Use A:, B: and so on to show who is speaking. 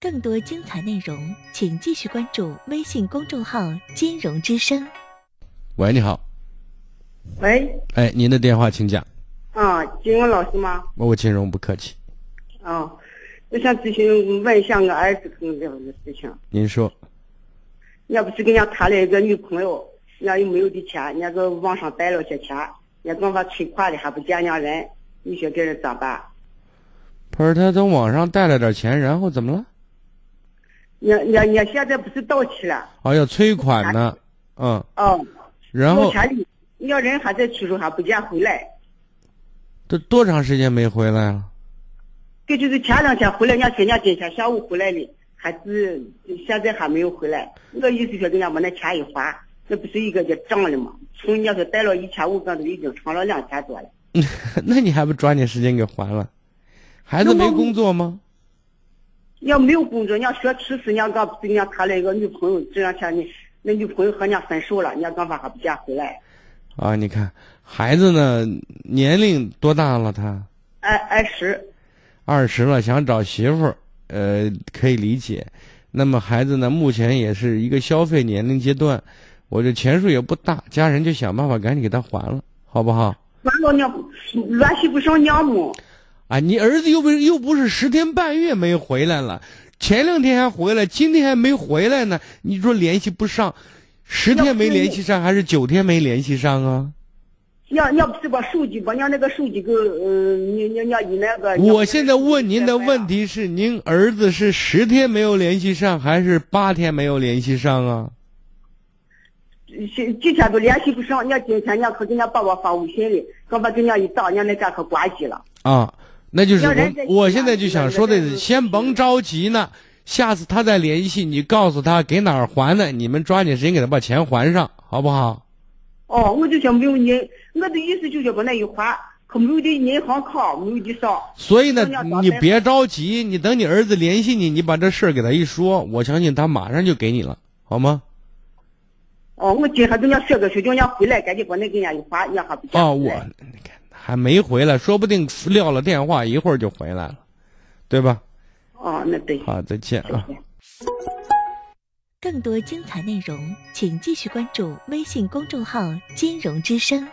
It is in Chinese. A: 更多精彩内容，请继续关注微信公众号“金融之声
B: 喂，你好，
C: 喂，
B: 哎，您的电话请讲。
C: 啊，金文老师吗？
B: 我金融不客气，
C: 啊，我想咨询问一下我儿子跟聊的事情。
B: 您说，
C: 人家不是跟人家谈了一个女朋友，人家又没有的钱，人家搁网上贷了些钱，人家跟我催款了还不见家人，你说这人咋办？
B: 不是他从网上贷了点钱，然后怎么了？
C: 人家人家人家现在不是到期了，
B: 哦，要催款呢，嗯，
C: 哦，
B: 然后
C: 有钱的，人家人还在徐州还不见回来，
B: 这多长时间没回来啊了？
C: 这就是前两天回来，人家说人家今天下午回来的，还是现在呃还没有回来。我意思说，人家把那钱一花，那不是一个劲涨了吗？从人家说贷了一千五，我都已经涨了两千多了。
B: 那你还不抓紧时间给还了？孩子没工作吗？
C: 人家没有工作，人家学厨师，人家刚不是人家谈了一个女朋友，这两天呢，那女朋友和人家分手了，人家刚把还不见回来。
B: 啊，你看孩子呢，年龄多大了他？
C: 二二哎十，
B: 二十了想找媳妇儿，呃，可以理解。那么孩子呢，目前也是一个消费年龄阶段，我这钱数也不大，家人就想办法赶紧给他还了，好不好？
C: 完了娘，联系不上娘母。
B: 啊，你儿子又不又不是十天半月没回来了，前两天还回来，今天还没回来呢，你说联系不上，十天没联系上还是九天没联系上啊？
C: 要要不是把手机，把人家那个手机给，嗯，你你你你那个。
B: 我现在问您的问题是：您儿子是十天没有联系上，还是八天没有联系上啊？
C: 今今天都联系不上，人家今天人家可给人家爸爸发微信了，刚把跟人家一打，人家那家可关机了。
B: 啊，那就是
C: 要人在
B: 我
C: 一起
B: 我
C: 啊
B: 现在就想说的
C: 人在
B: 是，
C: 一起
B: 先甭着急呢，下次他再联系你，告诉他给哪儿还的，你们抓紧时间给他把钱还上，好不好？
C: 哦，我就想没有人，我的意思就是把那一还，可没有的银行卡，没有的上。
B: 所以呢
C: 那要早，
B: 你
C: 点
B: 别着急，你等你儿子联系你，你把这事儿给他一说，我相信他马上就给你了，好吗？
C: 哦，我今天跟人家说个事，叫人家回来，赶紧把那给人家一还，人家还不见
B: 啊，
C: 回
B: 我
C: 来
B: 你看还没回来，说不定撂了电话一会儿就回来了，对吧？
C: 哦，那对。
B: 好，再见
C: 谢
B: 啊。
C: 谢。”。
A: 更多精彩内容，请继续关注微信公众号“金融之声”。